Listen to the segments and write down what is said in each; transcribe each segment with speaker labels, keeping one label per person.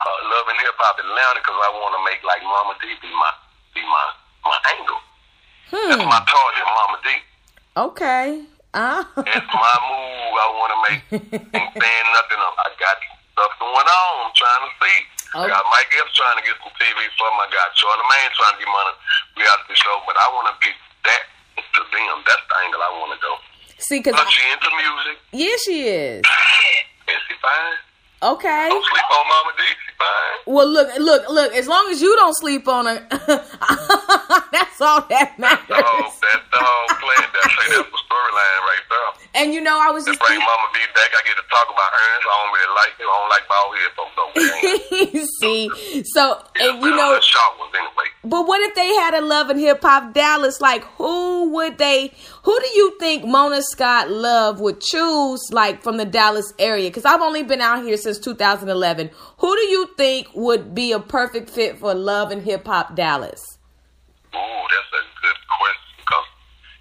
Speaker 1: uh, Love and Hip Hop Atlanta because I want to make like Mama D be my be my my angle. That's my target, Mama D.
Speaker 2: Okay. Ah.
Speaker 1: It's my move. I want to make and saying nothing. Of, I got stuff going on. I'm trying to see. I got Mike Epps trying to get some TV from. I got Charlamagne trying to get money reality show, but I want to pick that to them. That's the angle I want to go.
Speaker 2: See, cause
Speaker 1: But she into music.
Speaker 2: yeah, she is.
Speaker 1: Is she fine?
Speaker 2: Okay.
Speaker 1: Don't sleep on Mama D. She fine.
Speaker 2: Well, look, look, look. As long as you don't sleep on her, that's all that
Speaker 1: Dog,
Speaker 2: matters.
Speaker 1: that dog playing that say that's the storyline right there.
Speaker 2: And you know, I was
Speaker 1: That
Speaker 2: just
Speaker 1: bring Mama D back. I get to talk about Ernest. I don't really like him. I don't like bald head folks. No,
Speaker 2: see. So, and you
Speaker 1: Well,
Speaker 2: know,
Speaker 1: the shot was anyway.
Speaker 2: but what if they had a love and hip hop Dallas? Like, who would they? Who do you think Mona Scott Love would choose? Like from the Dallas area? Because I've only been out here since 2011. Who do you think would be a perfect fit for love and hip hop Dallas?
Speaker 1: Ooh, that's a good question because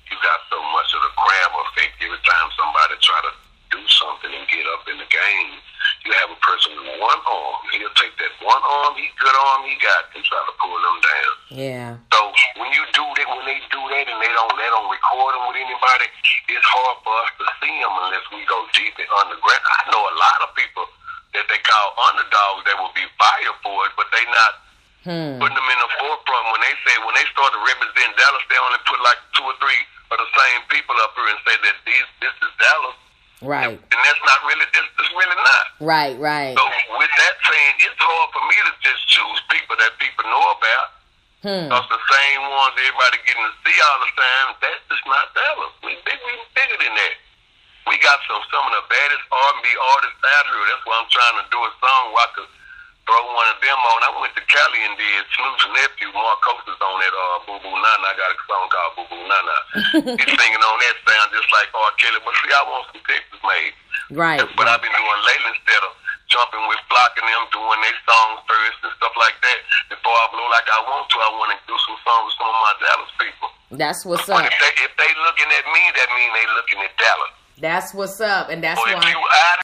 Speaker 1: you got so much of the crab effect. Every time somebody try to do something and get up in the game, you have a person with one arm. He'll take that one arm, he good arm he got, and try to pull them down.
Speaker 2: Yeah.
Speaker 1: So when you do that, when they do that, and they don't let them record them with anybody, it's hard for us to see them unless we go deep and underground. I know a lot of people that they call underdogs that will be fired for it, but they not
Speaker 2: Hmm.
Speaker 1: putting them in the forefront. When they say when they started representing Dallas, they only put like two or three of the same people up here and say that these this is Dallas,
Speaker 2: Right.
Speaker 1: and that's not really this is really not.
Speaker 2: Right. Right.
Speaker 1: So with that saying, it's hard for me to just choose people that people know about.
Speaker 2: Hmm.
Speaker 1: Cause the same ones everybody getting to see all the time, that's just not Dallas. We big, we bigger than that. We got some some of the baddest R&B artists out here. That's why I'm trying to do a song where I could throw one of them on. I went to Cali and did Snoop's nephew Mark Coaster's on that uh, Boo Boo Nana. I got a song called Boo Boo Nana. He's singing on that sound just like R. Kelly. But see, I want some Texas made.
Speaker 2: Right.
Speaker 1: That's what I've been doing lately instead of jumping with blocking them, doing their songs first and stuff like that. Before I blow like I want to, I want to do some songs with some of my Dallas people.
Speaker 2: That's what's
Speaker 1: But
Speaker 2: up.
Speaker 1: if they if they looking at me, that mean they looking at Dallas.
Speaker 2: That's what's up, and that's
Speaker 1: Or if
Speaker 2: why.
Speaker 1: you out